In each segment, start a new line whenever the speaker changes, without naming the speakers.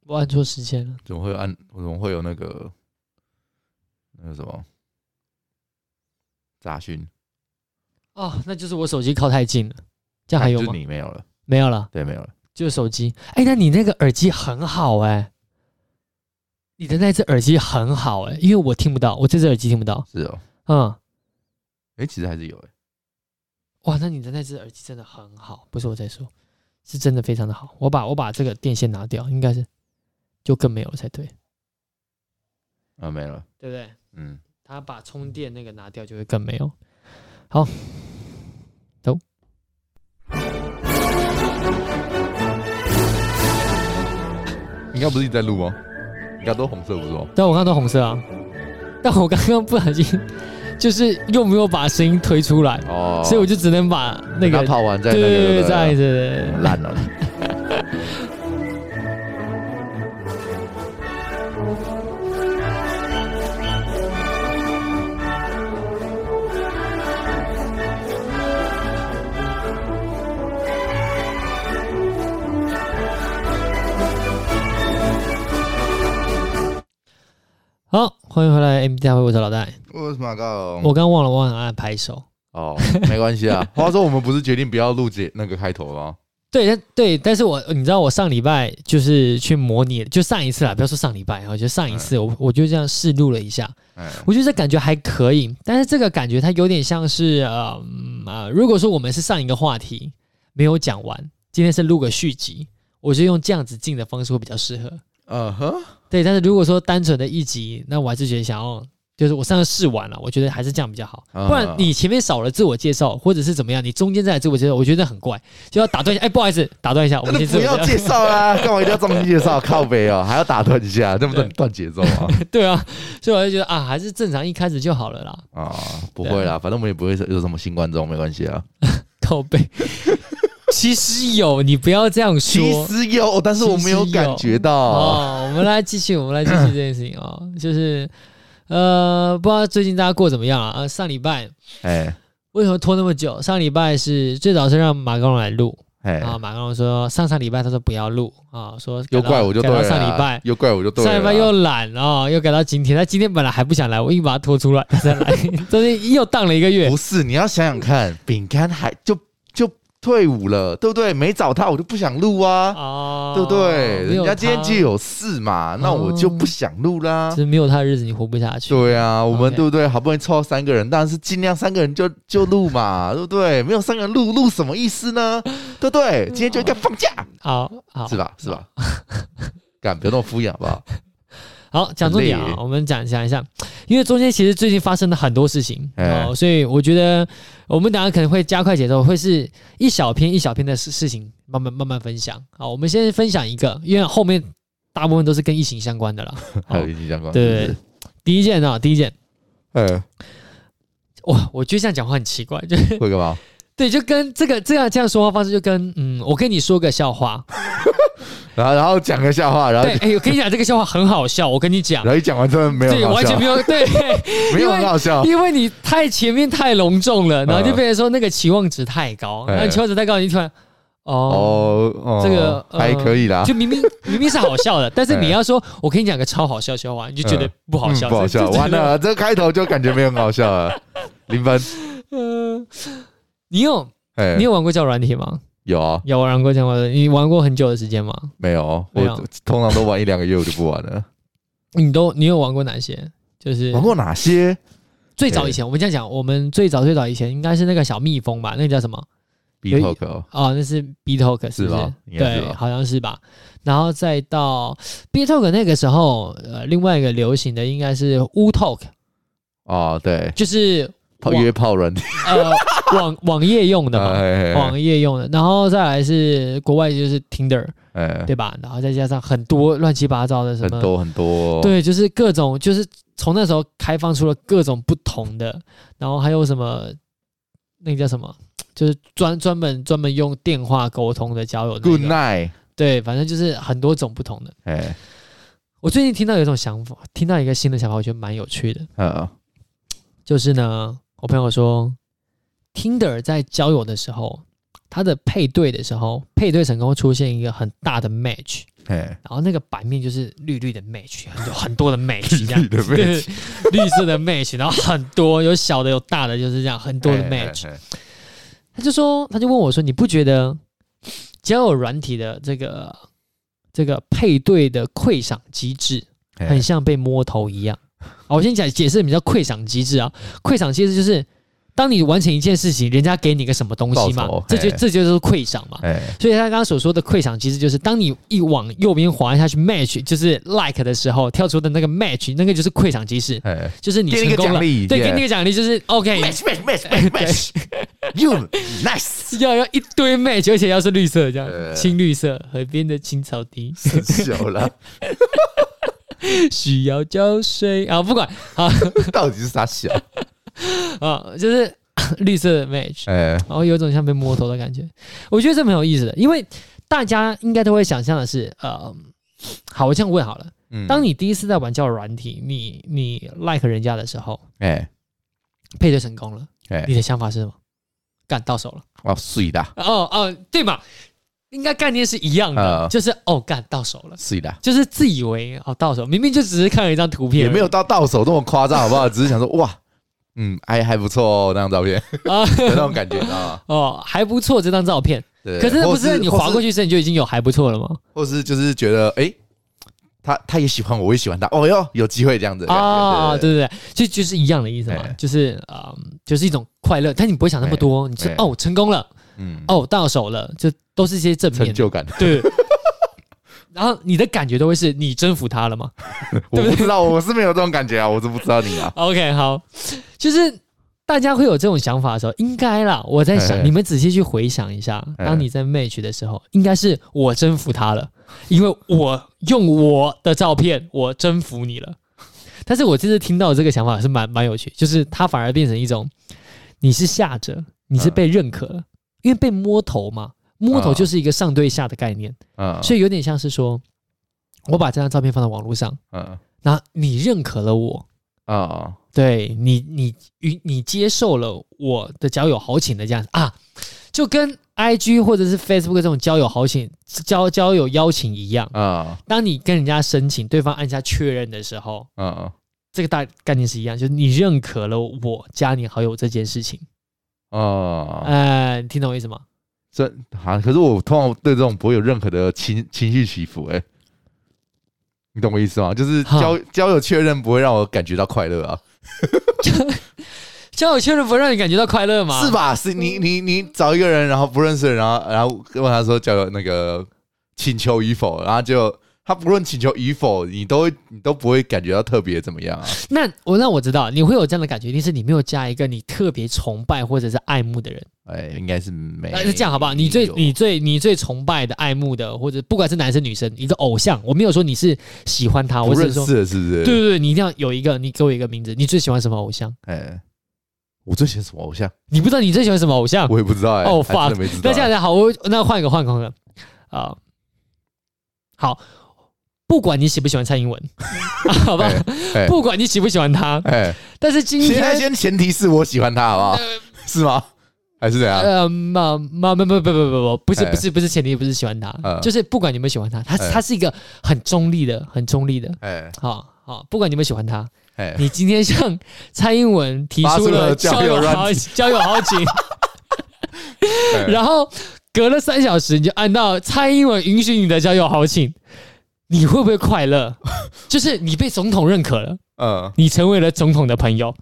我按错时间了，
怎么会有按？我怎么会有那个那个什么杂讯？
哦，那就是我手机靠太近了，这样还有
哎啊就
吗？
你没有了，
没有了，
对，没有了。
就手机。哎、那你那个耳机很好哎、你的那只耳机很好哎、因为我听不到，我这只耳机听不到。
是哦，
嗯，
哎、其实还是有哎、
哇，那你的那只耳机真的很好，不是我在说，是真的非常的好。我把我把这个电线拿掉，应该是就更没有了才对，
啊，没了。
对不对？
嗯，
他把充电那个拿掉，就会更没有。好，走。
你刚不是一直在录哦吗？你刚都红色不是吗？
但我刚刚都红色啊，但我刚刚不小心就是又没有把声音推出来，
哦，
所以我就只能把那个
等他跑完再
对
那个
对对
不
对对对
烂了。
好，欢迎回来 M D 大会，我是老戴。
我是马高
我刚忘了忘了按拍手。
哦，没关 系啊。话说我们不是决定不要录节那个开头吗？
对，但对，但是我你知道，我上礼拜就是去模拟，就上一次啦，不要说上礼拜啊，就上一次我我就这样试录了一下，
哎，
我觉得这感觉还可以，但是这个感觉它有点像是呃嗯呃，如果说我们是上一个话题没有讲完，今天是录个续集，我觉得用这样子进的方式会比较适合。
嗯哼，
对，但是如果说单纯的一集，那我还是觉得想要，就是我上次试完了，我觉得还是这样比较好。
啊
不然你前面少了自我介绍，或者是怎么样，你中间再来自我介绍，我觉得很怪，就要打断一下。哎，不好意思，打断一下，我
那
们先
就
自我
不
介绍。
要介绍啦，干嘛一定要重新介 绍？靠北哦，还要打断一下，这不断断节奏啊？
对啊，所以我就觉得啊，还是正常一开始就好了啦，
啊，不会啦，反正我们也不会有什么新观众，没关系啊。
靠背。 其实有，你不要这样
其
说。
实有，但是我没有感觉到。
哦，我们来继续，我们来继续这件事情哦，就是呃，不知道最近大家过得怎么样啊？呃上礼拜
哎
为什么拖那么久？上礼拜是最早是让马高龙来录，
哎
然，后啊马高龙说上上礼拜他说不要录啊，说改
又
到
怪我就
改
对
到
了啦，
上礼拜。
又怪我就对了啊
上
啦。
礼拜又懒哦，又改到今天。他今天本来还不想来，我硬把他拖出来再来， 真是又荡了一个月
不。是，你要想想看，饼干还就就退伍了，对不对？没找他，我就不想录啊，
哦，
对不对？
没有
人家今天
他
就有事嘛，那我就不想录啦
就。是没有他的日子你活不下去。
对啊，我们
OK
对不对？好不容易凑到三个人，当然是尽量三个人就就录嘛，对不对？没有三个人录录什么意思呢？对不对？今天就应该放假，
好好
是吧？是吧？ 干，不要那么敷衍好不好？
好，讲重点啊
很，累
我们讲讲一下，因为中间其实最近发生了很多事情、
哎
哦，所以我觉得我们等下可能会加快节奏，会是一小篇一小篇的事事情慢慢慢慢分享。好，我们先分享一个，因为后面大部分都是跟疫情相关的啦。
还有一起相关，
对
哦是
第一件啊，第一件，
不是，
哇，我觉得这样讲话很奇怪，就
哎，会干嘛？
对，就跟这个这样这样说话方式，就跟嗯，我跟你说个笑话，
然后然后讲个笑话，然后
对，哎、我跟你讲这个笑话很好笑，我跟你讲
然，后一讲完真的没有很
对，
好
完全
笑
没，有对。
没有很
因为
好笑，
因为你太前面太隆重了，然后就变成说那个期望值太高，
啊哎
那、期望值太高，你突然哦，
哦，哦
这个呃
还可以啦，
就明明明明是好笑 的，但是你
哎
要说我跟你讲个超好笑的笑话，你就觉得
嗯
不好笑，
嗯不好
这
笑，
这
完了，这开头就感觉没有很好笑了，零分，
嗯、你有
哎
你，有玩过交友软体吗？
有啊，
有玩过交友软体，你玩过很久的时间吗？
没有，
没
我
有
通常都玩一两个月我就不玩 了，
你都你有玩过哪些？就是
玩过哎哪些？
最早以前，我们这样讲，我们最早最早以前应该是那个小蜜蜂吧，那个叫什么？
B Talk 哦
哦，那是 B Talk 是
是
不
吧
是？
应该是
对，
吧
好像是吧。然后再到 B Talk 那个时候，呃，另外一个流行的应该是 U Talk，
哦，对，
就是
泡
网
约炮软体
呃网网页用的嘛，
哎哎
网页用的。然后再来是国外就是 Tinder，
哎，
对吧？然后再加上很多乱七八糟的什
很
么，
多很多，，
对，就是各种，就是从那时候开放出了各种不同的，然后还有什么那个叫什么？就是专专门专门用电话沟通的交友、那个
Good Night，
对，反正就是很多种不同的。
哎，
我最近听到有一种想法，听到一个新的想法，我觉得蛮有趣的，
呃，
就是呢，我朋友说，Tinder 在交友的时候，它的配对的时候，配对成功会出现一个很大的 match，
哎，
然后那个版面就是绿绿的 match，很多很多的 match 这样，
绿绿的 match
对 绿色的 match，然后很多有小的有大的，就是这样很多的 match。
哎哎哎
他就说，他就问我说，你不觉得交友软体的这个这个配对的馈赏机制，
哎
很像被摸头一样。好，我先讲解释比较馈赏机制啊，馈赏机制就是当你完成一件事情，人家给你个什么东西嘛
报酬，
这就
嘿
这就是馈赏嘛。
哎，
所以他刚刚所说的馈赏机制，就是当你一往右边滑下去 match，就是 like 的时候，跳出的那个 match，那个就是馈赏机制，
哎，
就是你
给你一
成
个
功了
奖。励，
对，给你一个奖励就是 OK，
match match match match match，you nice，
要要一堆 match，而且要是绿色这
呃
样，青绿色，河边的青草地
小了，
需要浇水啊，不管
到底是啥 小？
啊，就是 绿色的 match，
哎，
然后有一种像被摸头的感觉。我觉得这蛮有意思的，因为大家应该都会想象的是，呃，好，我这样问好了，
嗯
当你第一次在玩交友软体，你你 like 人家的时候，
哎
配对成功了，
哎
你，的想法是什么？干到手了，
哇，碎的，
哦哦，对嘛，应该概念是一样的，
呃
就是哦干到手了。
碎的。
就是自以为哦到手，明明就只是看了一张图片而已，
也没有到到手那么夸张，好不好？只是想说，哇，嗯，还还不错哦，那张照 片
啊
有那种感觉啊。
哦，还不错这张照片。
对，
可是那
或
不是你划过，去之前就已经有还不错了吗？
或是或是就是觉得，哎，他他也喜欢我，我也喜欢他，哦哟，有机会这样子的感觉
啊，
对
对对对，就就是一样的意思嘛
哎，
就是嗯，就是一种快乐，但你不会想那么多，你是
哎
哦成功了，
嗯，
哦到手了，就都是一些正面
成
的，
就感，
对。然后你的感觉都会是你征服他了吗
我不知道，我是没有这种感觉啊，我是不知道你啊，
？OK，好，就是大家会有这种想法的时候，应该啦。我在
哎
想，你们仔细去回想一下，
哎
当你在 match 的时候，应该是我征服他了，因为我用我的照片，我征服你了。但是我这次听到这个想法是蛮蛮有趣，就是他反而变成一种，你是下者，
嗯
你是被认可了，因为被摸头嘛，摸头
嗯
就是一个上对下的概念，
嗯
所以有点像是说，我把这张照片放到网络上，
嗯
那你认可了我，
啊，
对你，你与你接受了我的交友豪情的这样子啊，就跟 I G 或者是 Facebook 这种交友豪情、交交友邀请一样，
啊
当你跟人家申请，对方按下确认的时候，
啊
这个大概念是一样，就是你认可了我加你好友这件事情。
啊，
呃，你听懂我意思吗？
这啊，可是我通常对这种不会有任何的情情绪起伏，哎。你懂我意思吗？就是
哈
交交友确认不会让我感觉到快乐啊。
交友确认不让你感觉到快乐吗？
是？吧？是你你你找一个人，然后不认识的人，然后然后问他说叫那个请求与否，然后就他不论请求与否，你都会你都不会感觉到特别怎么样啊？
那我那我知道你会有这样的感觉，一定是你没有加一个你特别崇拜或者是爱慕的人。
哎，应该是没。
那那这样好不好？你最
有
你最你最崇拜的、爱慕的，或者不管是男生女生，一个偶像，我没有说你是喜欢他，
不
我只
认
是说，
识的啊是不
对
是？
对对，你一定要有一个，你给我一个名字，你最喜欢什么偶像？
哎，我最喜欢什么偶像？
你不知道你最喜欢什么偶像？
我也不知道哎。
哦
还
fuck
真的没知道
那。这样子好，我那换一个，换一个，换一个啊、好，不管你喜不喜欢蔡英文，好吧，
哎
不管你喜不喜欢他，
哎，
但是今
现在
天。
先前提是我喜欢他，好不好？是吗？还是怎样？
呃，嘛嘛，不不不不不不，不是
哎
不是不是前提，不是喜欢他
嗯，
就是不管你们喜欢他，他
哎
他是一个很中立的，很中立的，
哎
好好，不管你们喜欢他，
哎，
你今天向蔡英文提
发
出
出了
了
交
交
友
友
软
好交友好景，
哎
然后隔了三小时你就按到蔡英文允许你的交友好景，你会不会快 乐？就是你被总统认可了，
嗯，
你成为了总统的朋友。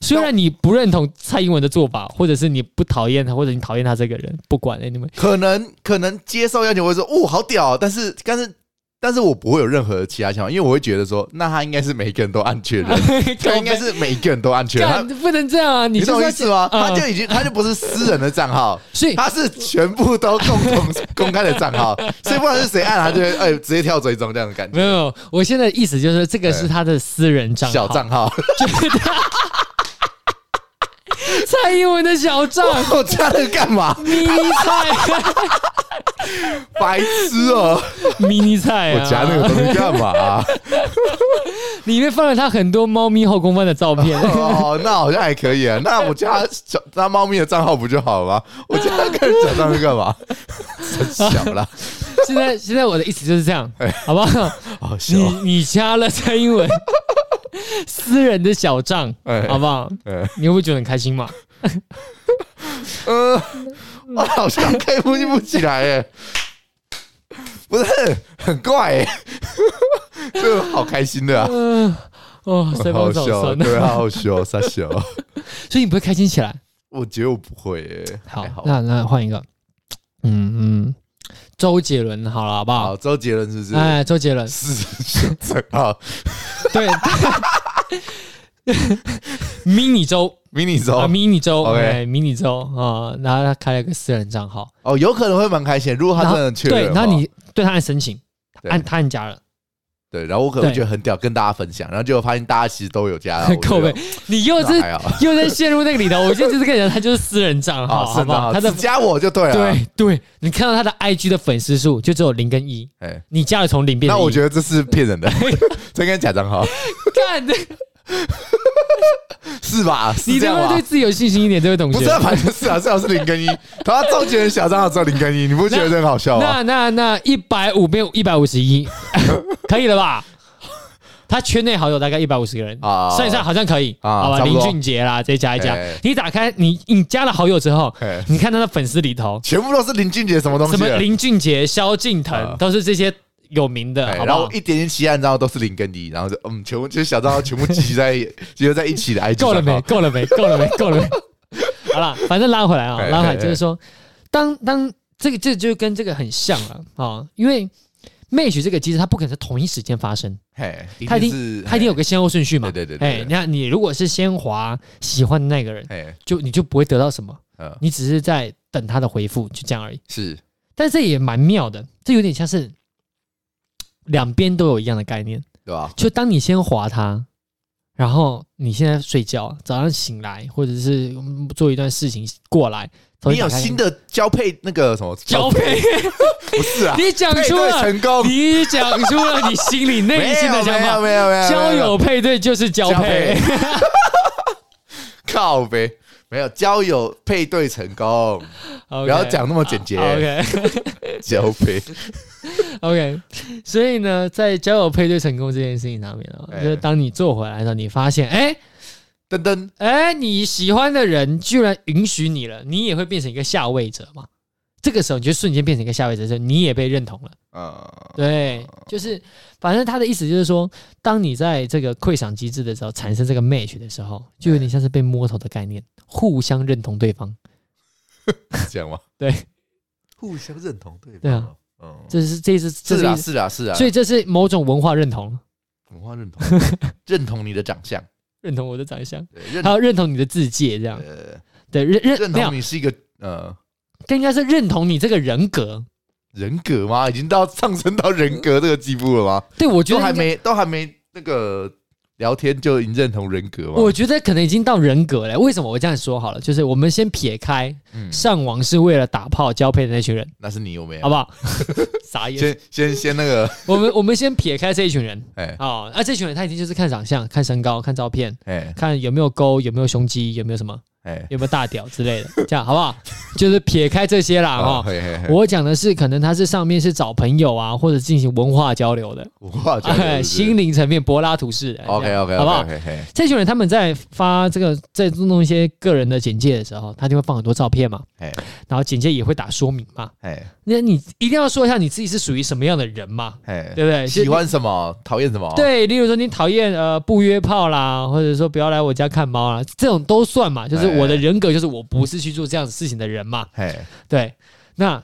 虽然你不认同蔡英文的做法，或者是你不讨厌他，或者你讨厌他这个人，不管哎，你 们
可能可能接受要求会说，哦，好屌哦、但是但是但是我不会有任何其他想法，因为我会觉得说，那他应该是每一个人都按 确认，他应该是每一个人都按确认。
干
他
不能这样啊！你
你
就
懂
是
我
要
意思吗？
嗯
他就已经，他就不是私人的账号，
所以
他是全部都共同公开的账号，所以不管是谁按，他就会哎、直接跳追踪这样的感觉
没。有没有，我现在的意思就是
哎
这个是他的私人账号，
小账号，
蔡英文的小账，
我加了干嘛？
迷你菜，
白痴哦！
迷你菜、
我
啊，
夹那个东西干嘛、。
里面放了他很多猫咪后空翻的照片
哦，那好像还可以啊。那我加小那猫咪的账号不就好了吗？我加那个小账号干嘛？真小啦，
现在现在我的意思就是这样，好不好？
好哎 笑
你。你加了蔡英 文私人的小账，
哎
好不好？
哎
你会不会觉得很开心 嘛？
呃，我好像开呼吸不起来耶，不是很怪耶， 这好开心 的啊，
嗯、哦，腮
很
帮
好
子好
笑，
酸
对啊，好笑，傻笑。
所以你不会开心起来。
我觉得我不会耶，
好
还，好
那那换一个，嗯嗯，周杰伦好了，好不好？
好，周杰伦是不是？，
哎，周杰伦
是是是啊，
对，mini 周
迷你周
啊，mini 周
哦 OK
哎，mini 周啊，然后他开了个私人账号，
哦，有可能会蛮开心。如果哦他
然后
真的确
对，
认的话，
然后你对他按申请，
对
按他按加 了，
对，然后我可能
对
觉得很屌，跟大家分享，然后结果发现大家其实都有 加，然后我
靠背
觉得，
你又
那
是
还好，
又在陷入那个里头。我现在就是跟你讲，他就是私人账 号，哦
好，
好
哦是
不好？
的，啊
他的
只加我就对了。，
对对，你看到他的 IG 的粉丝数就只有零跟一，
哎，
你加了从零变
那
成
我
一
觉得这是骗人的， 这应该假账号
干的，
啊是吧？
你
是这
能
样
不能
吧
对？自己有信心一点，这位同学
不？是啊，反正是啊，最好是零跟一。他周杰伦小账号只有零跟一，你不觉得这很好啊笑
那
吗？
那那一百五变一百五十一，可以了吧？他圈内好友大概一百五十个人，
啊
算一算好像可以，
啊
好吧？
差不
林
多
俊杰啦，直接加一加
哎。
你打开你你加了好友之后
哎，
你看他的粉丝里头，
全部都是林俊杰什么东
什
西
么
的？
林俊杰、萧敬腾
啊
都是这些有名的，
哎
好不
然后
好
我？一点点奇案，然后都是零跟一，然后就嗯，全部就是小账号全部集在集合在一起的 IG
够了没
账？
够了没？够了没？ 够了没？好了，反正拉回来啊、
哎
拉回来
哎
就是说，当当这个这就跟这个很像了啊、因为 match 这个机制它不可能是同一时间发生，
号，哎，
他一定
是
它一定有个先后顺序嘛。
对对对对
哎，那你如果是先滑喜欢的那个人，
哎，
就你就不会得到什么，
嗯，
你只是在等他的回复，就这样而已。
是
但这也蛮妙的，这有点像是两边都有一样的概念。
对吧？
就当你先划它，然后你现在睡觉，早上醒来，或者是嗯做一段事情过来，
你有新
的
的交配那个什么哦
交配，
不是啊，
你讲
配
出
对
了，
成功，
你讲出了你心里内心的想
没有
法。
没有没有
交
没有
友配对就是交
交
配
配， 靠呗，没有交友配对成功，
不
不要讲那么简洁，
啊 OK
交配
OK，所以呢，在交友配对成功这件事情上面啊，
哎
就是当你做回来的时候，你发现，哎
噔噔，
哎，你喜欢的人居然允许你了，你也会变成一个下位者嘛。这个时候你就瞬间变成一个下位者，就是你也被认同了。
嗯，
对，就是反正他的意思就是说，当你在这个馈赏机制的时候，产生这个 match 的时候，就有点像是被摸头的概念，互相认同对方。
是这样吗？
对，
互相认同对
对啊
方，嗯，
这是这是这
是啊
是，
是啊是啊，
所以这是某种文化认同，
文 化认同，认同你的长相，
认同我的长相，
对认
还有认同你的自介，这样
呃
对认认
认
没有
同，你是一个呃
更应该是认同你这个人格。
人格吗？已经到上升到人格这个地步了吗？
对，我觉
都
得
还
应该，
没都还没那个聊天就已经认同人格吗？
我觉得可能已经到人格了。为什么我这样说好了？就是我们先撇开
嗯，
上网是为了打炮交配的那群人，
那是你有没
好
有？
不 好？傻眼。
先先先那个，
我们我们先撇开这一群人，
哎
哦，那、这群人他已经就是看长相、看身高、看照片、
哎
看有没有沟、有没有胸肌、有没有什么、
哎，
有没有大屌之类的，这样好 不好？就是撇开这些啦，
哦
啊哈、
嘿嘿嘿
我讲的是，可能他是上面是找朋友啊，或者进行文化交流的，
文 化交
哎
流
心灵层面柏拉图式的。这
OK
样
OK
好不好
OK 嘿
这群人他们在发这个在弄一些个人的简介的时候，他就会放很多照片嘛，
哎
然后简介也会打说明嘛。
哎
那你一定要说一下你自己是属于什么样的人嘛，
哎，
对不对？
喜欢什么，讨厌什么？，
对，例如说你讨厌呃不约炮啦，或者说不要来我家看猫啦，这种都算嘛。就是我的人格，就是我不是去做这样的事情的人嘛。
哎
对，那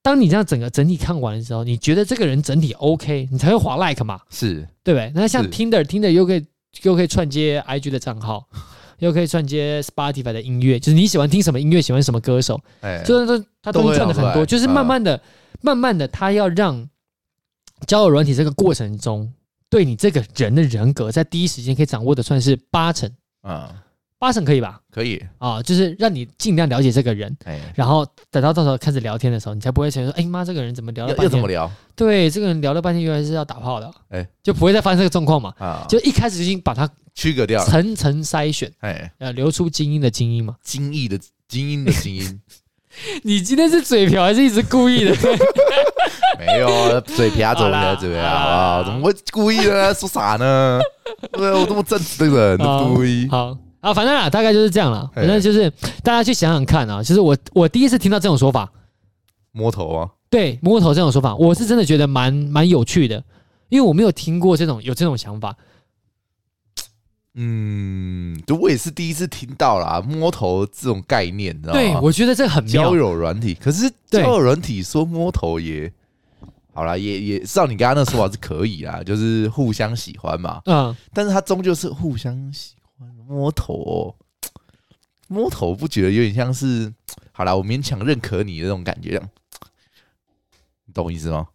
当你这样整个整体看完的时候，你觉得这个人整体 OK，你才会划 like 嘛，
是
对不对？那像
是
Tinder，Tinder 又可以又可以串接 IG 的账号。又可以串接 Spotify 的音乐，就是你喜欢听什么音乐，喜欢什么歌手，
哎
所以说他
都
东西
会
赚的
拿出
很多，
来啊
就是慢慢的、慢慢的，他要让交友软体这个过程中，对你这个人的人格在第一时间可以掌握的算是八成，
嗯
八成可以吧？
可以，
啊、就是让你尽量了解这个人，
哎，
然后等到到时候开始聊天的时候，你才不会想说，哎妈，这个人怎么聊了
要
半
要怎么
天？
聊
对，这个人聊了半天，原来是要打炮的，
哎
就不会再发生这个状况嘛。
啊？
就一开始就已经把它
区隔掉了，
层层筛选，
哎，
呃，留出精英的精 英嘛。
精益的 精英的精英，
你今天是嘴瓢还是一直故意 的？
没有嘴皮啊，怎
好
么
啦
了？嘴皮啊，好不
啊
好？怎么会故意的啊呢？说啥 呢？对啊，我这么正直的人，
啊
故意
好啊，反正啊，大概就是这样了。反
哎
正就是大家去想想看啊，就是我我第一次听到这种说法，
摸头啊？
对摸头这种说法，我是真的觉得蛮蛮有趣的，因为我没有听过这种有这种想法。
嗯，就我也是第一次听到啦，摸头这种概念，你知道吗？
对，我觉得这很妙
哦交。友软体，可是
对
交友软体说摸头也好啦，也也照你刚刚那说法是可以啦，就是互相喜欢嘛。
嗯，
但是它终究是互相喜欢，摸头哦、摸头不觉得有点像是好啦，我勉强认可你的那种感觉，这样你懂我意思吗？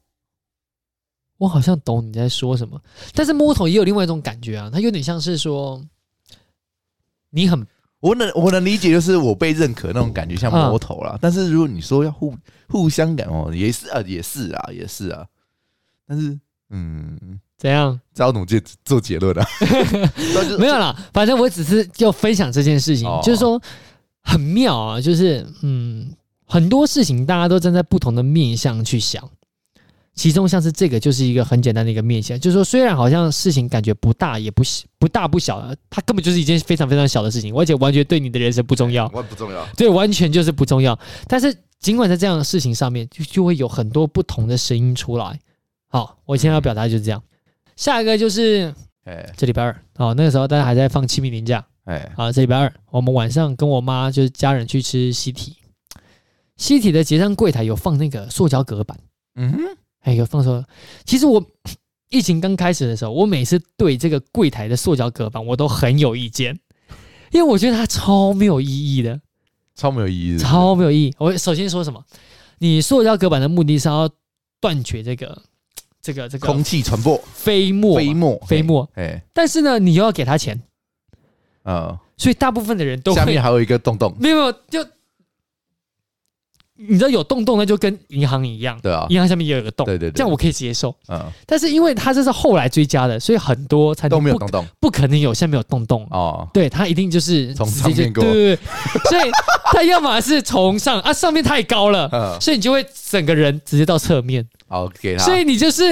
我好像懂你在说什么，但是摸头也有另外一种感觉啊，它有点像是说你很
我能我能理解，就是我被认可那种感觉，像
啊
摸头啦。但是如果你说要互互相感哦，也是啊，也是啊，也是啊。但是，嗯，
怎样？
这要怎么做做结论啊？那 就
没有啦，反正我只是要分享这件事情，
哦
就是说很妙啊，就是嗯，很多事情大家都站在不同的面向去想，其中像是这个就是一个很简单的一个面向，就是说虽然好像事情感觉不大也不小不大不小，啊它根本就是一件非常非常小的事情，而且完全对你的人生不重要，
我也不重要。
对，完全就是不重要。但是尽管在这样的事情上面，就就会有很多不同的声音出来。好，我现在要表达就是这样。下一个就是
哎
这礼拜二，哦，那个时候大家还在放清明年假，
哎，
啊，这礼拜二，我们晚上跟我妈就是家人去吃西体，西体的结账柜台有放那个塑胶隔板，
嗯哼，
还有放说，其实我 疫情刚开始的时候，我每次对这个柜台的塑胶隔板我都很有意见，因为我觉得它超没有意义的，
超没有意义是不是
超没有意义。我首先说什么，你塑胶隔板的目的是要断绝这个这个这个
空气传播
飞沫
飞
嘛
沫
飞，沫，
哎
但是呢，你又要给他钱，
啊，
所以大部分的人都
下
会
面还有一个洞洞，
没有没有，就你知道有洞洞，那就跟银行一样，
对啊，
银行下面也有个洞，
对对对，
这样我可以接受。
嗯
但是因为它这是后来追加的，所以很多餐
都
厅
没有
不
洞洞
不可能有下面有洞洞。
哦，
对它一定就是
从
直接就
上面过
对对对，所以它要么是从上啊，上面太高了，
嗯，
所以你就会整个人直接到侧面，
好给他，
所以你就是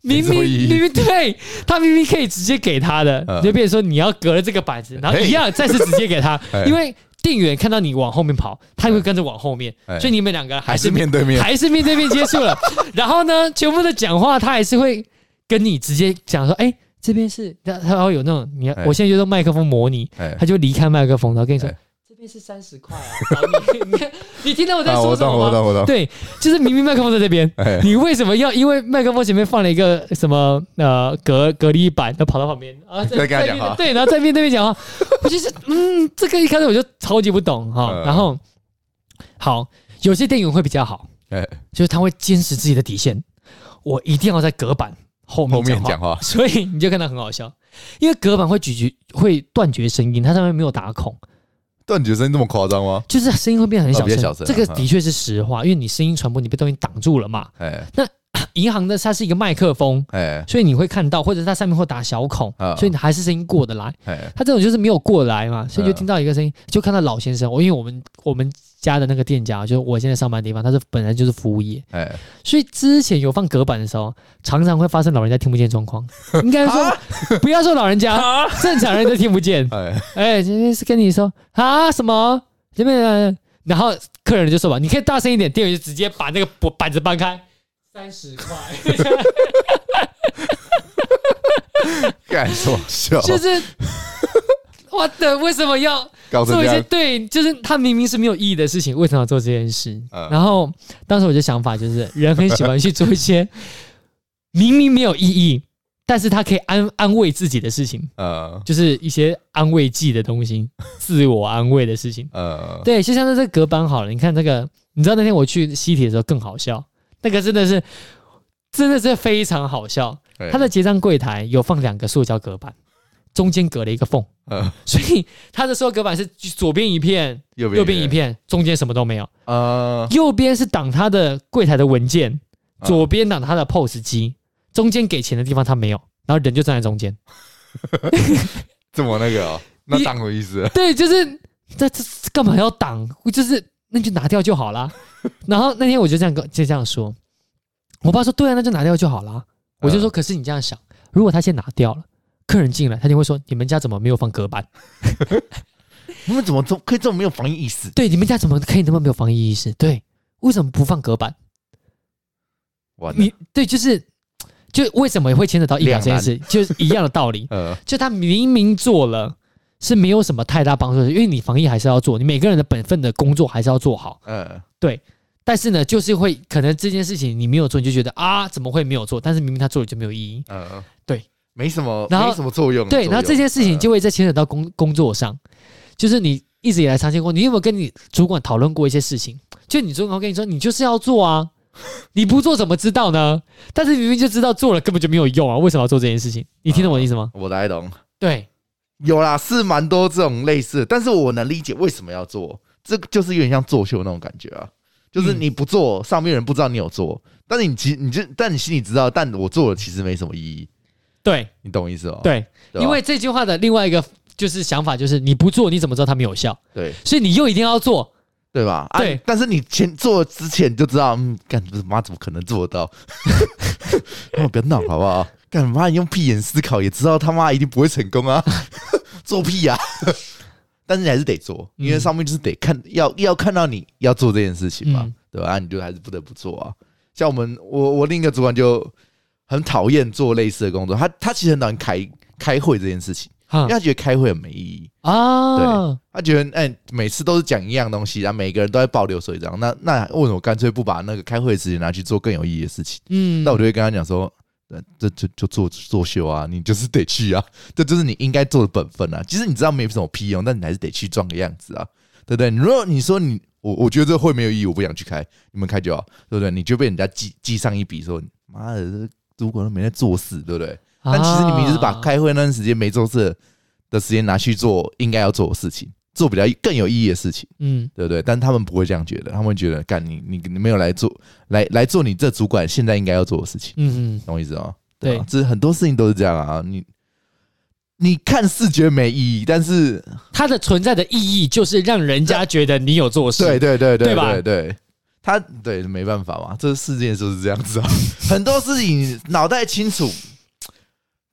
明
没什
明
么意义
明明对他明明可以直接给他的，
嗯
你就变成说你要隔了这个板子，然后一样再次直接给 他，
哎
因为店员看到你往后面跑，他会跟着往后面，
哎
所以你们两个还
还是
是
面对面，
还是面对面接触 了。然后呢，全部的讲话他还是会跟你直接讲说，哎、这边是，他他会有那种，你看、
哎
我现在就用麦克风模拟，
哎
他就离开麦克风，然后跟你说。
哎
这边是三十块啊！然后你你看你 听到我在
啊，
说
我
什
懂
么
我
吗？
懂我懂，
对，就是明明麦克风在这边，
哎
你为什么要因为麦克风前面放了一个什么呃隔隔离板，然后跑到旁边啊，
再跟他讲话
面对，然后在面对面讲话，我就是嗯，这个一开始我就超级不懂哈、
嗯
然后好，有些店员会比较好，
哎，
就是他会坚持自己的底线，我一定要在隔板后
后
面
面
讲话，
讲话，
所以你就看到很好笑，因为隔板会咀嚼会断绝声音，它上面没有打孔，
断绝声这么夸张吗？
就是声音会变得很
哦
小
比较
声，
小声
这个
嗯
的确是实话，因为你声音传播你被东西挡住了嘛。
哎
银行的它是一个麦克风，
哎
所以你会看到，或者它上面会打小孔，
啊
所以你还是声音过得来。
哎
它这种就是没有过来嘛，所以就
嗯
听到一个声音，就看到老先生。我哦因为我们我们家的那个店家，就是我现在上班的地方，他是本来就是服务业，
哎，
所以之前有放隔板的时候，常常会发生老人家听不见状况。应该说，不要说老人家，正常人都听不 见。
哎
哎，今天是跟你说啊什么？这边呃然后客人就说吧，你可以大声一点，店员就直接把那个板板子搬开，三十块，
干什么笑？
就是。我的为什么要
搞成
做一
这
些
样，
对，就是他明明是没有意义的事情，为什么要做这件事？
嗯
然后当时我的想法就是，人很喜欢去做一些明明没有意义，但是他可以安安慰自己的事情，
呃
就是一些安慰剂的东西，自我安慰的事情。
呃，
对，就像是这个隔板好了，你看这个，你知道那天我去西铁的时候更好笑，那个真的是真的是非常好笑。
哎
他的结账柜台有放两个塑胶隔板，中间隔了一个缝，
嗯
所以它的收隔板是左边一片，
右边
右边一片，中间什么都没有。
啊，
右边是挡它的柜台的文件，
啊
左边挡它的 POS 机，中间给钱的地方它没有，然后人就站在中间。
这么那个哦，那
你
当我意思，
对，就是这这这干嘛要挡？就是那就拿掉就好啦。然后那天我就这样跟就这样说，我爸说对啊，那就拿掉就好啦。我
嗯
就说，可是你这样想，如果他先拿掉了，客人进来，他就会说你们家怎么没有放隔板？
你们怎么这可以这么没有防疫意识？
对，你们家怎么可以那么没有防疫意识？对，为什么不放隔板？
完了
你对，就是就为什么会牵扯到疫苗这件事，就是一样的道理。
呃，
就他明明做了，是没有什么太大帮助的，因为你防疫还是要做，你每个人的本分的工作还是要做好。
嗯，
但是呢，就是会可能这件事情你没有做，你就觉得啊，怎么会没有做？但是明明他做了就没有意义。
嗯，
对，
没什么，
然后
没什么作用。
对，
作用嗯
然后这件事情就会再牵扯到工工作上，就是你一直以来长期工作，你有没有跟你主管讨论过一些事情？就你主管跟你说，你就是要做啊，你不做怎么知道呢？但是明明就知道做了根本就没有用啊，为什么要做这件事情？你听懂我的意思吗？
嗯我来懂，
对，
有啦，是蛮多这种类似的，但是我能理解为什么要做，这个就是有点像作秀那种感觉啊，就是
嗯
你不做，上面人不知道你有做，但是你其你就但你心里知道，但我做了其实没什么意义，
对，
你懂我意思哦？
对，
对吧，
因为这句话的另外一个就是想法就是，你不做你怎么知道它没有效？
对
所以你又一定要做，
对吧？啊
对
但是你前做之前就知道，嗯，干妈怎么可能做得到？ 妈不要闹好不好？干妈你用屁眼思考也知道他妈一定不会成功啊， 做屁呀、但是你还是得做，因为
嗯
上面就是得看，要要看到你要做这件事情嘛，
嗯
对吧、啊？你就还是不得不做啊。像我们，我我另一个主管就很讨厌做类似的工作，他他其实很讨厌开开会这件事情，
哈
因为他觉得开会很没意义。
啊，
他觉得，哎、每次都是讲一样东西，然后每个人都在爆流水账，那那为什么干脆不把那个开会的时间拿去做更有意义的事情？
嗯
那我就会跟他讲说，呃这这就做作秀啊，你就是得去啊，这就是你应该做的本分啊。其实你知道没什么屁用，但你还是得去装个样子啊，对不对？你如果你说你我我觉得这会没有意义，我不想去开，你们开就好，对不对？你就被人家记记上一笔说，妈的，这主管都没在做事，对不对？
啊
但其实你们就是把开会那段时间没做事的时间拿去做应该要做的事情，做比较更有意义的事情，
嗯
对不对？但他们不会这样觉得，他们会觉得干你你你没有来做来来做你这主管现在应该要做的事情，
嗯嗯
懂我意思吗？
对
啊，这很多事情都是这样啊，你你看似觉得没意义，但是
它的存在的意义就是让人家觉得你有做事。
对对对
对吧
对对。他对没办法嘛，这世界就是这样子 啊，很多事情脑袋清楚，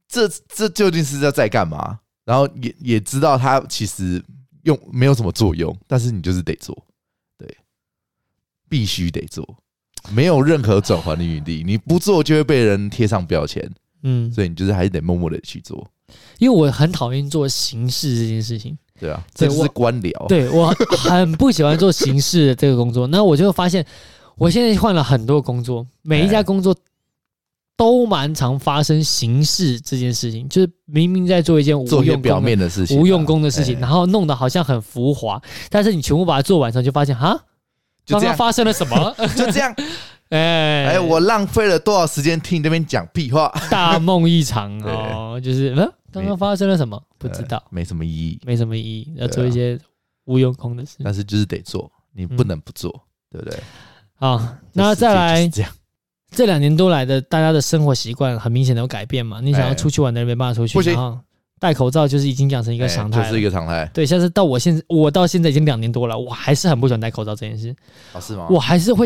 这这究竟是在在干嘛？然后也也知道它其实用没有什么作用，但是你就是得做，对，必须得做，没有任何转圜的余地，你不做就会被人贴上标签，
嗯，
所以你就是还是得默默的去做，
因为我很讨厌做形式这件事情，
对啊，这
对
就是
我
官僚，
对我很不喜欢做形式的这个工作。那我就发现，我现在换了很多工作，每一
哎
家工作都蛮常发生形式这件事情，就是明明在做一件无
做一些
用
表
功的
面的事情啊，
无用功的事情，
哎
然后弄得好像很浮华，但是你全部把它做完之后，就发现哈，
就
刚刚
这样，
发生了什么？
就这样，
哎
哎，我浪费了多少时间听你这边讲屁话？
大梦一场 哦，就是嗯，刚刚发生了什么？不知道
呃，没什么意义，
没什么意义，要
对啊
做一些无用功的事
但是就是得做，你不能不做，对不对？
啊。嗯那
嗯这世界
再来
就是这样，
这两年多来的大家的生活习惯很明显的有改变嘛，你想要
哎
出去玩的人没办法出去
不，行
然后戴口罩就是已经养成一
一
个常态
哎就是一
了。
个常态，
对，像是到我现在，我到现在已经两年多了，我还是很不喜欢戴口罩这件事，
哦，是吗？
我还是会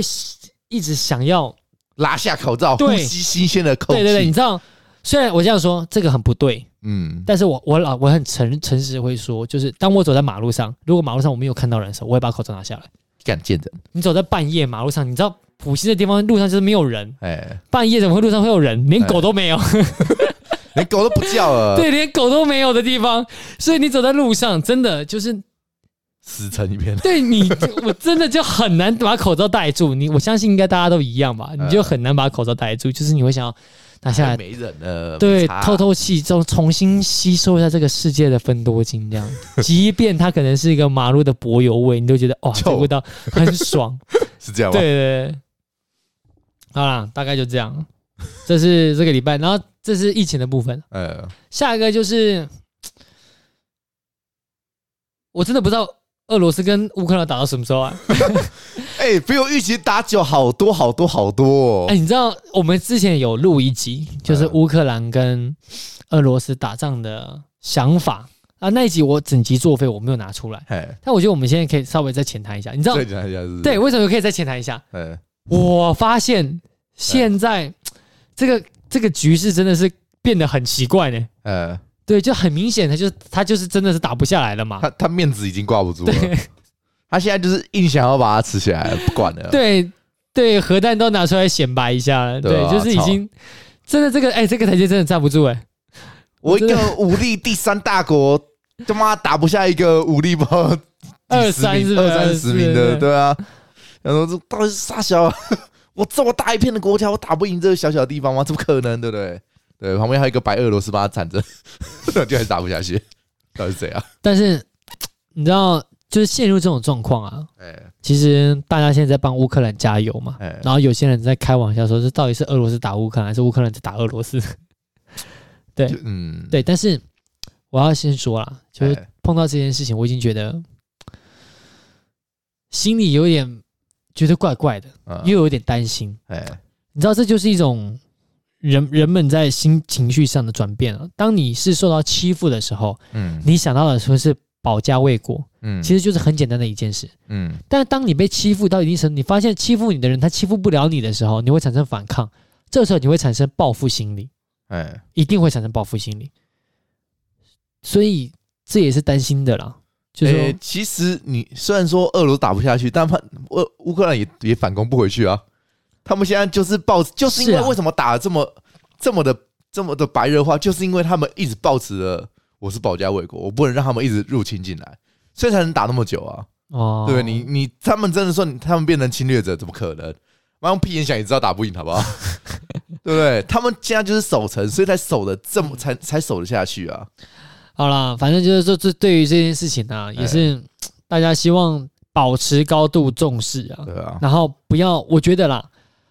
一直想要
拉下口罩，
对
呼吸新鲜的空气，
对对对，你知道，虽然我这样说这个很不对，
嗯，
但是我我老我很诚诚实会说，就是当我走在马路上，如果马路上我没有看到人的时候，我会把口罩拿下来。
敢见人，
你走在半夜马路上，你知道普西的地方路上就是没有人，
哎，
半夜怎么会路上会有人？连狗都没有，
连狗都不叫了，
对，连狗都没有的地方，所以你走在路上，真的就是
死成一片，
对你，我真的就很难把口罩戴住。你我相信应该大家都一样 吧，你就很难把口罩戴住，就是你会想要拿下来
哎没人了，
对
没，差
透透气，重重新吸收一下这个世界的芬多精， 这样，即便它可能是一个马路的柏油味，你都觉得 哇，这
臭
味道很爽。
是这样
对
吗？
对对，好啦，大概就这样。这是这个礼拜，然后这是疫情的部分，
呃，
下一个就是我真的不知道俄罗斯跟乌克兰打到什么时候啊？
哎、比我预期打久好多好多好多、哦。嗯
哎、你知道我们之前有录一集，就是乌克兰跟俄罗斯打仗的想法啊，那一集我整集作废，我没有拿出来。
哎，
但我觉得我们现在可以稍微再浅谈一下，你知道
再讲一下是？
对，为什么可以再浅谈一下？
哎，
我发现现在这个这个局势真的是变得很奇怪呢。
呃，
对，就很明显，他就是他就是真的是打不下来了嘛。
他他面子已经挂不住了，他现在就是硬想要把它吃起来，不管了。
对对，核弹都拿出来显摆一下了。
对啊
对，就是已经真的这个哎、这个台阶真的站不住哎、
我一个武力第三大国，他妈打不下一个武力包
二三是不是
二三十名的，对啊。然后这到底是傻小啊，我这么大一片的国家，我打不赢这个小小的地方吗？怎么可能，对不对？对，旁边还有一个白俄罗斯帮他铲着， 就还是打不下去，到底是谁啊？
但是你知道，就是陷入这种状况啊，
哎
其实大家现在在帮乌克兰加油嘛。
哎，
然后有些人在开玩笑说，这到底是俄罗斯打乌克兰，还是乌克兰在打俄罗斯？对
就嗯，
对，但是我要先说啦，就是
哎
碰到这件事情，我已经觉得心里有点觉得怪怪的，
嗯
又有点担心。
哎
你知道，这就是一种人人们在心情绪上的转变啊。当你是受到欺负的时候，
嗯
你想到的说是保家卫国，
嗯
其实就是很简单的一件事。
嗯
但当你被欺负到一定程度，你发现欺负你的人他欺负不了你的时候，你会产生反抗，这时候你会产生报复心理，
哎
一定会产生报复心理。所以这也是担心的啦，就是说、
欸其实你虽然说俄罗斯打不下去，但他乌乌克兰也也反攻不回去啊。他们现在就是抱，就是因
是
为
啊
为什么打得这么、这么的这么的白热化，就是因为他们一直抱持了我是保家卫国，我不能让他们一直入侵进来，所以才能打那么久啊。
哦，
对不对？你你他们真的说你他们变成侵略者，怎么可能？妈用屁眼想也知道打不赢，好 不好？对不对？他们现在就是守城，所以才守的这么才才守得下去啊。
好啦，反正就是说这对于这件事情呢、啊，也是大家希望保持高度重视啊，
对啊，
然后不要，我觉得啦。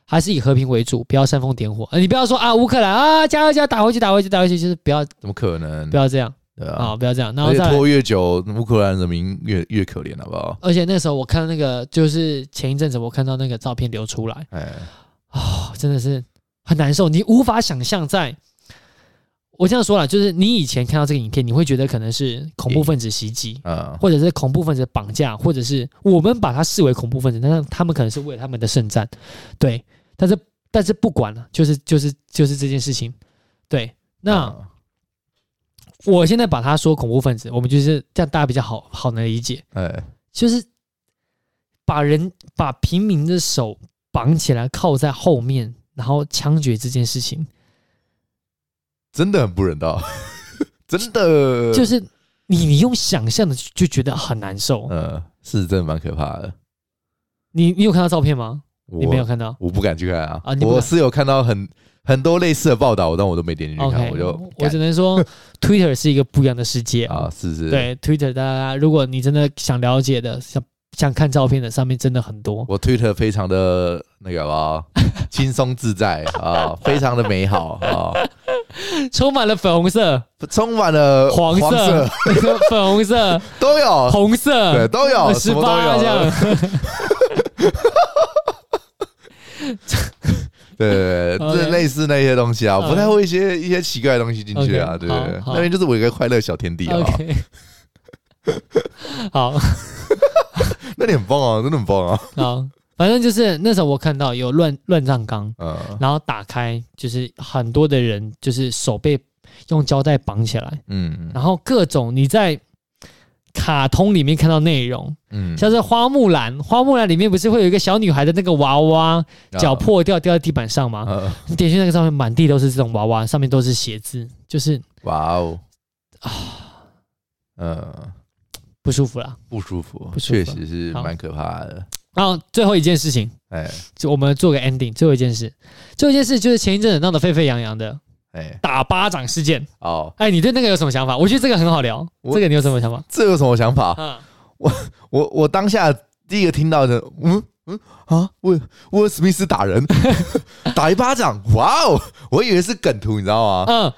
还是以和平为主，不要煽风点火。呃你不要说啊，乌克兰啊，加油加油，打回去，打回去，打回去，就是不要
怎么可能？
不要这样
对嗯啊
啊、，不要这样。然后
而且
再来
拖越久，乌克兰人民越越可怜，好不好？
而且那时候我看到那个，就是前一阵子我看到那个照片流出来，
哎，
哦，真的是很难受，你无法想象在。我这样说了，就是你以前看到这个影片，你会觉得可能是恐怖分子袭击，
嗯，
或者是恐怖分子绑架，或者是我们把他视为恐怖分子，但是他们可能是为了他们的圣战，对。但是但是不管了，就是就是就是这件事情，对。那、
嗯
我现在把他说恐怖分子，我们就是这样，大家比较好好能理解。
哎，
就是把人把平民的手绑起来靠在后面，然后枪决这件事情，
真的很不人道， 真的，
就是是你你用想象的就觉得很难受。
嗯，是真的蛮可怕的。
你你有看到照片吗？你没有
我
看到
我不敢去看啊
啊你，不敢
我是有看到很很多类似的报道，但我都没点进去看，
？OK，
我就
我只能说，Twitter 是一个不一样的世界
啊，是是，，
对 Twitter，大家如果你真的想了解的，想想看照片的，上面真的很多。
我推特非常的那个 啊，轻松自在啊，非常的美好啊，
充满了粉红色、
充满了
黄
呃黄
色、 粉红 色、
都有，
红色，
对，都有，什
十
么
八
都
这
有
样。。
对对对，
OK
这类似那些东西啊，
嗯
不太会一些一些奇怪的东西进去啊，
OK，
对对对
好好
那边就是我一个快乐小天地 啊，
OK，好
那你很棒啊，真的很 棒啊，
好，反正就是那时候我看到有乱乱葬岗，
嗯
然后打开就是很多的人就是手被用胶带绑起来，
嗯
然后各种你在卡通里面看到内容，
嗯，
像是花木兰，花木兰里面不是会有一个小女孩的那个娃
啊
娃脚破掉掉在地板上吗？
嗯，
你点进去那个上面满地都是这种娃娃，上面都是写字，就是
哇哦
啊
嗯，
不舒服啦。
不舒服，
不舒服
确实是
好
蛮可怕的，
然后最后一件事情，
哎
就我们做个 ending，最后一件事，最后一件事就是前一阵子闹得沸沸扬扬的
哎
打巴掌事件。
哦，
哎，你对那个有什么想法？我觉得这个很好聊，
我啊
这个你有什么想法？
这有什么想法？
嗯，
我我当下第一个听到的，嗯嗯啊，威威尔史密斯打人， 打一巴掌，哇哦！我以为是梗图，你知道吗？
嗯，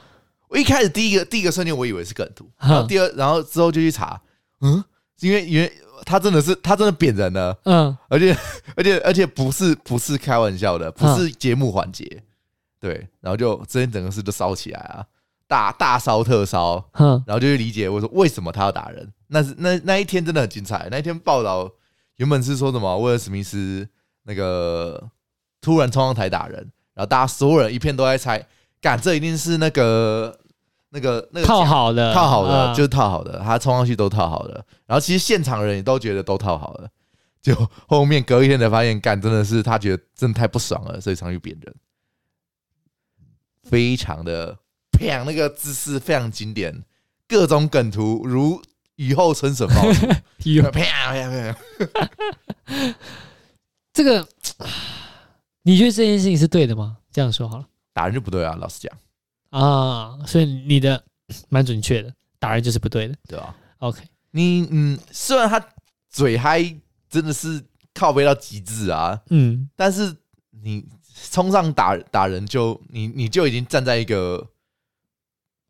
我一开始第一个第一个瞬间我以为是梗图，
哼
第二然后之后就去查，嗯，因为因为他真的是他真的扁人了，
嗯，
而且而且而且不是不是开玩笑的，不是节目环节，对，然后就之前整个事都烧起来啊，大大烧特烧，
哼，
然后就去理解我说为什么他要打人。那是那那一天真的很精彩，那一天报道原本是说什么威尔史密斯那个突然冲上台打人，然后大家所有人一片都在猜，干这一定是那个那个那个
套好的，
套好的，
啊
就是套好的，他冲上去都套好的。然后其实现场人也都觉得都套好了，就后面隔一天才发现，干真的是他觉得真的太不爽了，所以上去扁人，非常的砰，那个姿势非常经典，各种梗图如雨后春笋冒出，
有
啪啪啪，啪
这个， 你觉得这件事情是对的吗？这样说好了
打人就不对啊，老实讲，
啊，所以你的蛮准确的，打人就是不对的。
对吧、
OK，
你嗯，虽然他嘴嗨真的是靠背到极致啊，
嗯，
但是你冲上打打人就你你就已经站在一个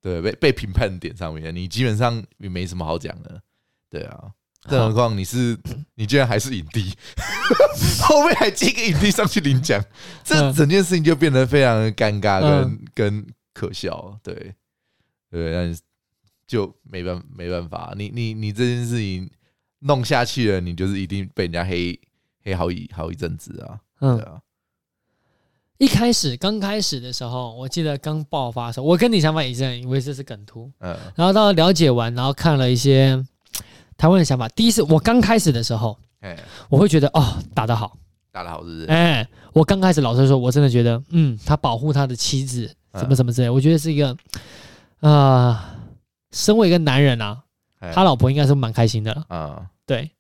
对被被评判的点上面了，你基本上也没什么好讲的，对啊，更何况你是你居然还是影帝， 后面还接个影帝上去领奖，这
嗯
整件事情就变得非常的尴尬跟、
嗯
跟可笑，对对，但是就没办没办法，啊你你你这件事情弄下去了，你就是一定被人家黑黑好一好一阵子啊，
嗯
对，啊，
一开始刚开始的时候，我记得刚爆发的时候，我跟你想法也是一样，以为这是梗图，
嗯
然后到了解完，然后看了一些台湾的想法。第一次我刚开始的时候，
哎，
我会觉得哦打得好，
打得好是不是？
哎、我刚开始老实说，我真的觉得嗯，他保护他的妻子哎
嗯
什么什么之类，我觉得是一个啊、呃身为一个男人啊，
哎
他老婆应该是蛮开心的了，
啊，
对。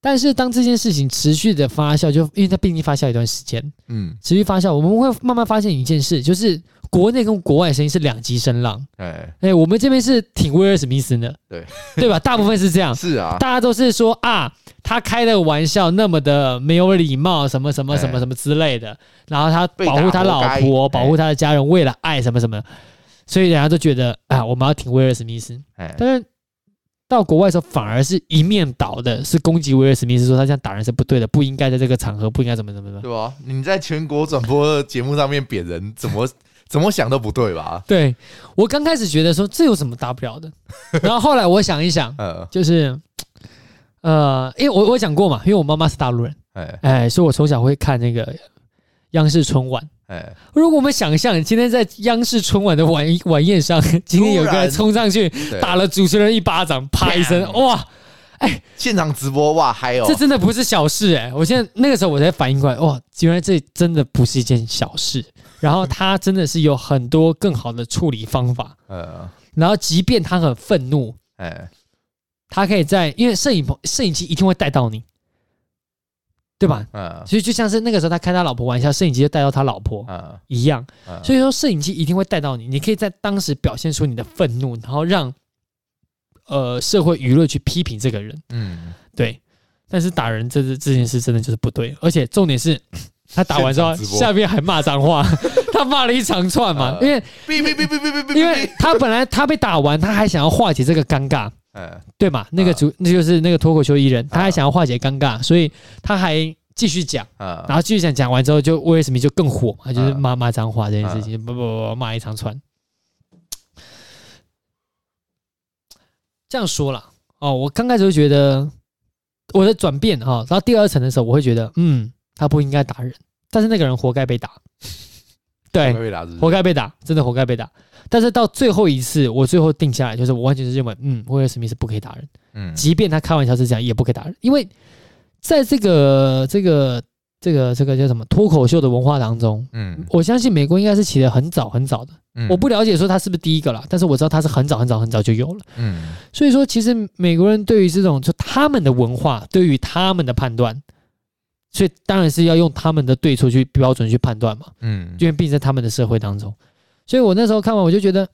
但是当这件事情持续的发酵，就因为它毕竟发酵一段时间，
嗯，
持续发酵，我们会慢慢发现一件事，就是国内跟国外声音是两极声浪。
哎，
哎、我们这边是挺威尔史密斯的，
对
对吧？大部分是这样，
是啊，
大家都是说啊，他开的玩笑那么的没有礼貌，什么什
哎
么什么什么之类的，然后他保护他老
被打活
婆，
该
保护他的家人，为了爱什么什么，所以人家都觉得啊，我们要挺威尔史密斯。
哎，
但是到国外的时候，反而是一面倒的，是攻击威尔史密斯，说他这样打人是不对的，不应该在这个场合，不应该怎么怎么怎么。
对吧？你在全国转播节目上面贬人，怎 么怎么想都不对吧？
对我刚开始觉得说这有什么大不了的， 然后后来我想一想，
呃，
就是呃，因为我我讲过嘛，因为我妈妈是大陆人，
哎
哎，所以我从小会看那个央视春晚。
哎，
如果我们想象今天在央视春晚的晚晚宴上，今天有个人冲上去
对啊
打了主持人一巴掌，啪一声，
砰
哇，
现场直播哇嗨哦
这，真的不是小事哎、我现在那个时候我才反应过来，哇，原来这真的不是一件小事。然后他真的是有很多更好的处理方法。
呃，
然后即便他很愤怒，
哎，
他可以在因为摄影棚摄影机一定会带到你，对吧？
嗯
所以就像是那个时候他开他老婆玩笑，摄影机就带到他老婆
嗯
一样。
嗯，
所以说摄影机一定会带到你，你可以在当时表现出你的愤怒，然后让呃社会舆论去批评这个人。
嗯，
对，但是打人这这这件事真的就是不对，而且重点 是。他打完之后，
现场直播
下面还骂脏话， 他骂了一长串嘛，
呃
因为
哔哔哔哔哔哔哔，
因为他本来他被打完，他还想要化解这个尴尬，
哎
对嘛？那个主、那就是那个脱口秀艺
啊
人，他还想要化解尴尬，所以他还继续讲，然
啊，
后继续讲，讲完之后就威尔史密斯就更火嘛，他就是骂骂脏话这件事情，不不不不骂一长串。这样说啦，哦，我刚开始会觉得我的转变哈、然后第二层的时候，我会觉得，嗯，他不应该打人，但是那个人活该被打， 对，
会被打是不是
活该被打，真的活该被打。但是到最后一次，我最后定下来就是，我完全是认为，嗯，威尔史密斯不可以打人，
嗯
即便他开玩笑是这样，也不可以打人，因为在这个这个这个这个叫什么脱口秀的文化当中，
嗯，
我相信美国应该是起得很早很早的。
嗯
我不了解说他是不是第一个啦，但是我知道他是很早很早很早就有了。
嗯
所以说，其实美国人对于这种就他们的文化，对于他们的判断，所以当然是要用他们的对错去标准去判断嘛。
嗯
因为毕竟在他们的社会当中，所以我那时候看完我就觉得，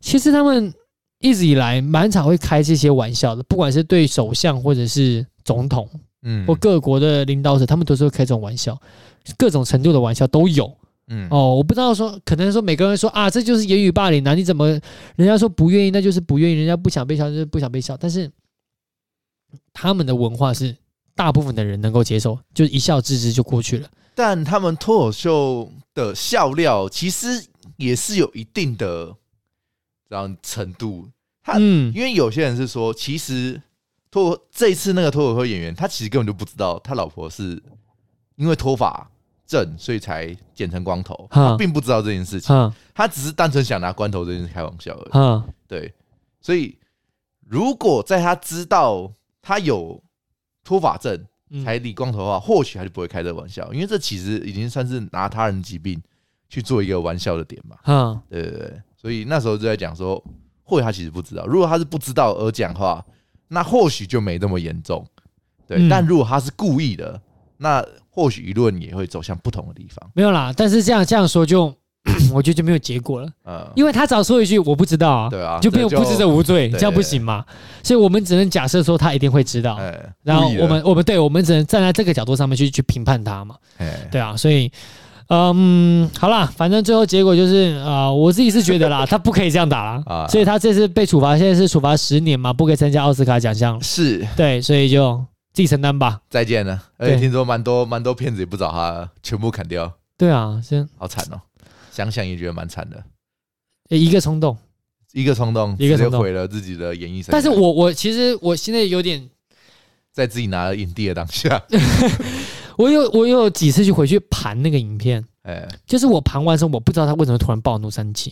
其实他们一直以来蛮常会开这些玩笑的，不管是对首相或者是总统
嗯
或各国的领导者，他们都是会开这种玩笑，各种程度的玩笑都有。
嗯
哦，我不知道说，可能说每个人说啊，这就是言语霸凌啊，你怎么人家说不愿意，那就是不愿意，人家不想被笑，就是不想被笑。但是他们的文化是大部分的人能够接受，就一笑置之就过去了。
但他们脱口秀的笑料其实也是有一定的然后程度，他
嗯，
因为有些人是说，其实脱这一次那个脱口秀演员，他其实根本就不知道他老婆是因为脱发症，所以才剪成光头，
哈
并不知道这件事情，
哈
他只是单纯想拿光头这件事开玩笑而已。
哈，
对，所以如果在他知道他有脱发症
嗯
才理光头的话，或许他就不会开这个玩笑，因为这其实已经算是拿他人疾病去做一个玩笑的点嘛。
哈
对对对，所以那时候就在讲说，或许他其实不知道。如果他是不知道而讲话，那或许就没那么严重。对，
嗯
但如果他是故意的，那或许舆论也会走向不同的地方。
没有啦。但是这样这样说就， 我觉得就没有结果了，
嗯，
因为他只要说一句我不知道啊，
对啊，
就变
这
不知者无罪，
对
这样不行嘛。所以我们只能假设说他一定会知道，
哎，
啊然后
故意的
我们我们对我们只能站在这个角度上面去去评判他嘛。
哎，
对啊，所以。嗯，好啦，反正最后结果就是，呃，我自己是觉得 啦，他不可以这样打啦，
啊
所以他这次被处罚，现在是处罚十年嘛，不可以参加奥斯卡奖项，
是
对，所以就自己承担吧。
再见了。而且
对
听说蛮多蛮多骗子也不找他，全部砍掉，
对啊，先
好惨哦。想想也觉得蛮惨的，
一个冲动，
一个冲动，
一个冲动
直接毁了自己的演艺生涯。
但是我我其实我现在有点，
在自己拿了影帝的当下，
我有我有几次去回去盘那个影片，
哎，
就是我盘完之后，我不知道他为什么突然暴怒生气，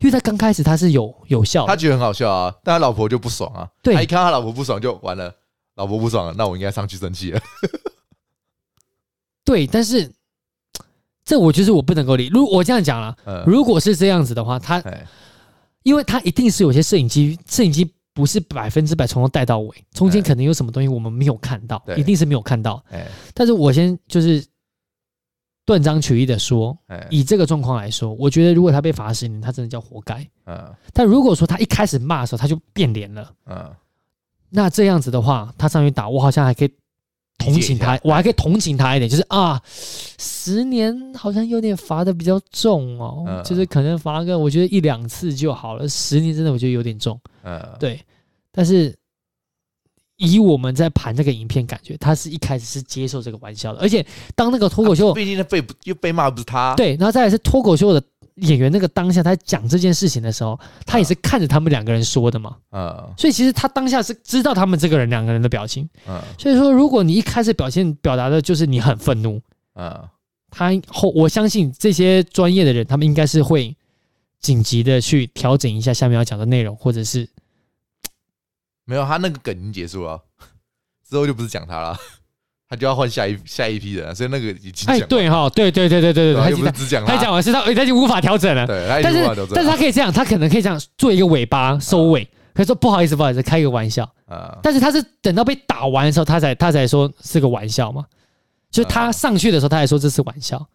因为他刚开始他是有有效
他
的，
觉得很好笑啊，但他老婆就不爽啊。
对
他一看他老婆不爽就完了，老婆不爽了，那我应该上去生气了。
对，但是这我就是我不能够理，如我这样讲啦，
嗯，
如果是这样子的话，他
哎，
因为他一定是有些摄影机，摄影机不是百分之百从头带到尾，中间
对
可能有什么东西我们没有看到，
对
一定是没有看到。
哎，
但是我先就是断章取义的说，
哎，
以这个状况来说，我觉得如果他被罚十年，他真的叫活该。
嗯
但如果说他一开始骂的时候他就变脸了，
嗯，
那这样子的话，他上去打，我好像还可以同情
理
他，我还可以同情他一点，就是啊，十年好像有点罚的比较重哦，
嗯
就是可能罚个我觉得一两次就好了，十年真的我觉得有点重，
嗯，
对。但是以我们在盘这个影片，感觉他是一开始是接受这个玩笑的，而且当那个脱口秀、
啊毕竟他被又被骂不是他，，
对，然后再来是脱口秀的演员那个当下，他在讲这件事情的时候，他也是看着他们两个人说的嘛，
嗯
所以其实他当下是知道他们这个人两个人的表情。
嗯
所以说，如果你一开始表现表达的就是你很愤怒，
嗯，
他后我相信这些专业的人，他们应该是会紧急的去调整一下下面要讲的内容，或者是
没有，他那个梗已经结束了， 之后就不是讲他了，他就要换下一下一批人了，啊所以那个已经
哎，
讲
对哈，对对对对哎对对，
完
他
了，又
已
不
经
是只讲
他
他，
讲完是他他已经无法调整了，
啊对，他已
但
经
是
骂到这
但是他可以这样，他可能可以这样做一个尾巴收尾，他说不好意思不好意思，开个玩笑，
啊，
但是他是等到被打完的时候，他才他才说是个玩笑嘛，就是他
嗯
上去的时候，他还说这是玩笑。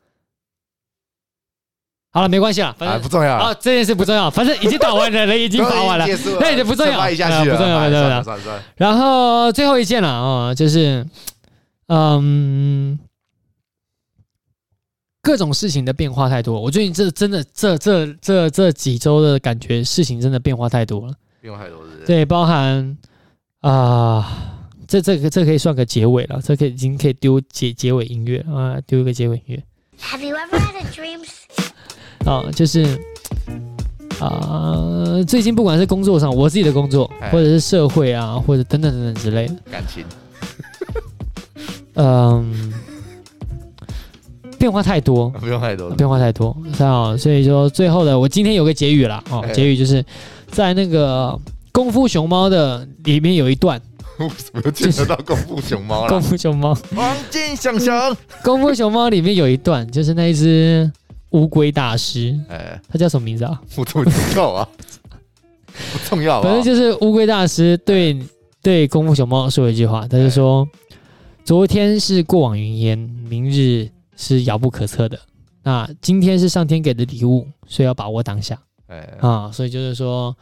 好了，没关系了，反
啊，
正
不重要
啊，
了，
这件事不重要，反正已经打完人了，已
已
经打 完了。
结束了，
那也就不重要
再骂一下去
啊
了，
不重要
哎
不重要
算了算了算了，
然后最后一件了啊、哦就是，嗯，各种事情的变化太多。我最近这真的这这这这几周的感觉，事情真的变化太多了。
不用太多日，
对，包含啊、这这个这可以算个结尾了，这可以已经可以丢结结尾音乐啊，丢一个结尾音乐。
Have you ever had a dream
啊，就是啊、最近不管是工作上，我自己的工作
哎，
或者是社会啊，或者等等等等之类的，
感情，
嗯，变化太多，
不用太多日，
变化太多，太好，所以说最后的我今天有个结语啦，哦
哎，
结语就是在那个。功夫熊猫的里面有一段，
为什么又见得到功夫熊猫
功
了？
夫熊猫，
黄金想象，
功夫熊猫里面有一段，就是那一只乌龟大师，
哎，
他叫什么名字啊？
我怎么知道啊？ 不重要啊，
反正就是乌龟大师对
哎
对功夫熊猫说一句话，他就说：“昨天是过往云烟，明日是遥不可测的。那今天是上天给的礼物，所以要把握当下
哎，
啊！所以就是说，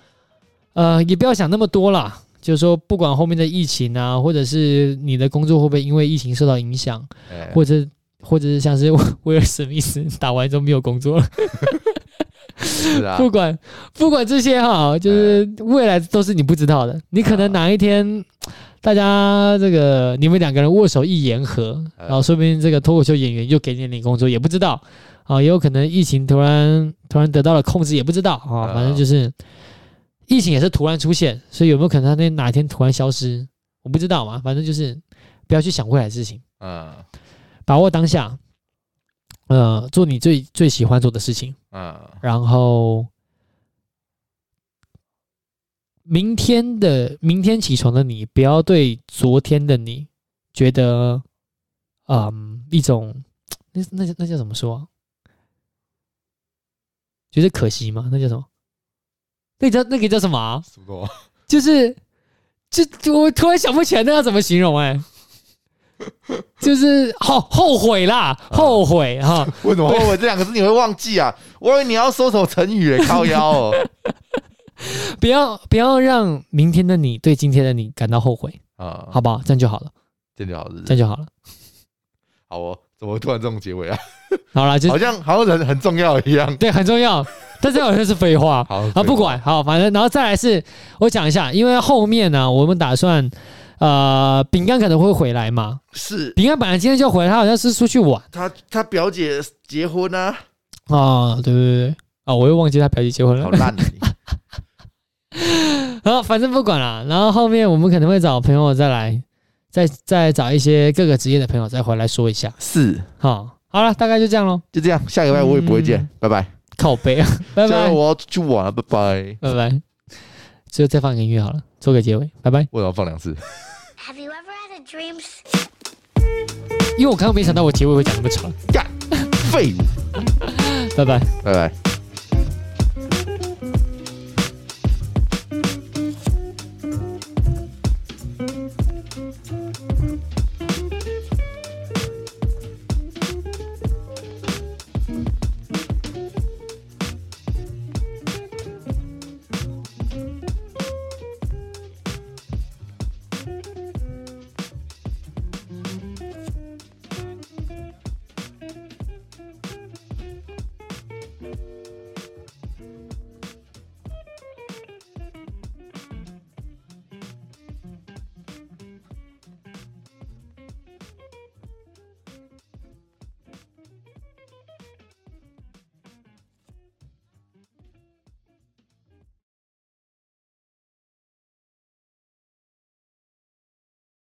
呃，也不要想那么多啦。就是说，不管后面的疫情啊，或者是你的工作会不会因为疫情受到影响，
哎
或者或者是像是威尔史密斯打完之后没有工作了。”
是啊，
不管不管这些哈，就是未来都是你不知道的。你可能哪一天大家这个你们两个人握手一言和，
呃
然后说不定这个脱口秀演员又给你领工作，也不知道啊，也有可能疫情突然突然得到了控制，也不知道啊，
呃
反正就是疫情也是突然出现，所以有没有可能他那哪一天突然消失，我不知道嘛，反正就是不要去想未来的事情，
嗯
把握当下，呃，做你最最喜欢做的事情。
嗯
然后明天的明天起床的你，不要对昨天的你觉得，嗯，一种那那那叫怎么说啊、觉得可惜吗？那叫什么？那叫那个叫什么啊、
什么东西？
就是，这这我突然想不起来那要怎么形容哎、就是后后悔啦，后悔哈、
为什么后悔这两个字你会忘记啊？我以为你要说什么成语欸，靠腰 哦。
不要不要让明天的你对今天的你感到后悔，
啊，
好，不好？这样就好了，
这就好日
这样就好了。
好哦，怎么突然这种结尾啊？
好啦，就
好像好像很很重要一样。
对，很重要，但这好像是废话
好
啊，不管好，反正然后再来是，我讲一下，因为后面呢、我们打算呃，饼干可能会回来嘛，
是
饼干本来今天就回来，他好像是出去玩
他他表姐结婚啊，
啊，对对对。啊、我又忘记他表姐结婚了
好。烂啊你！
然后反正不管啦，然后后面我们可能会找朋友再来，再再找一些各个职业的朋友再回来说一下。
是，
好，好了，大概就这样咯。
就这样，下个礼拜我也不会见
嗯，
拜拜。
靠背 啊，拜
下个礼拜
拜
我要出去玩了，拜拜。
拜拜。最后再放个音乐好了，做个结尾，拜拜。
我要放两次，
Have you ever had a dream? s-
因为我刚刚没想到我结尾会讲那么长，
干废物，
拜拜。
拜拜。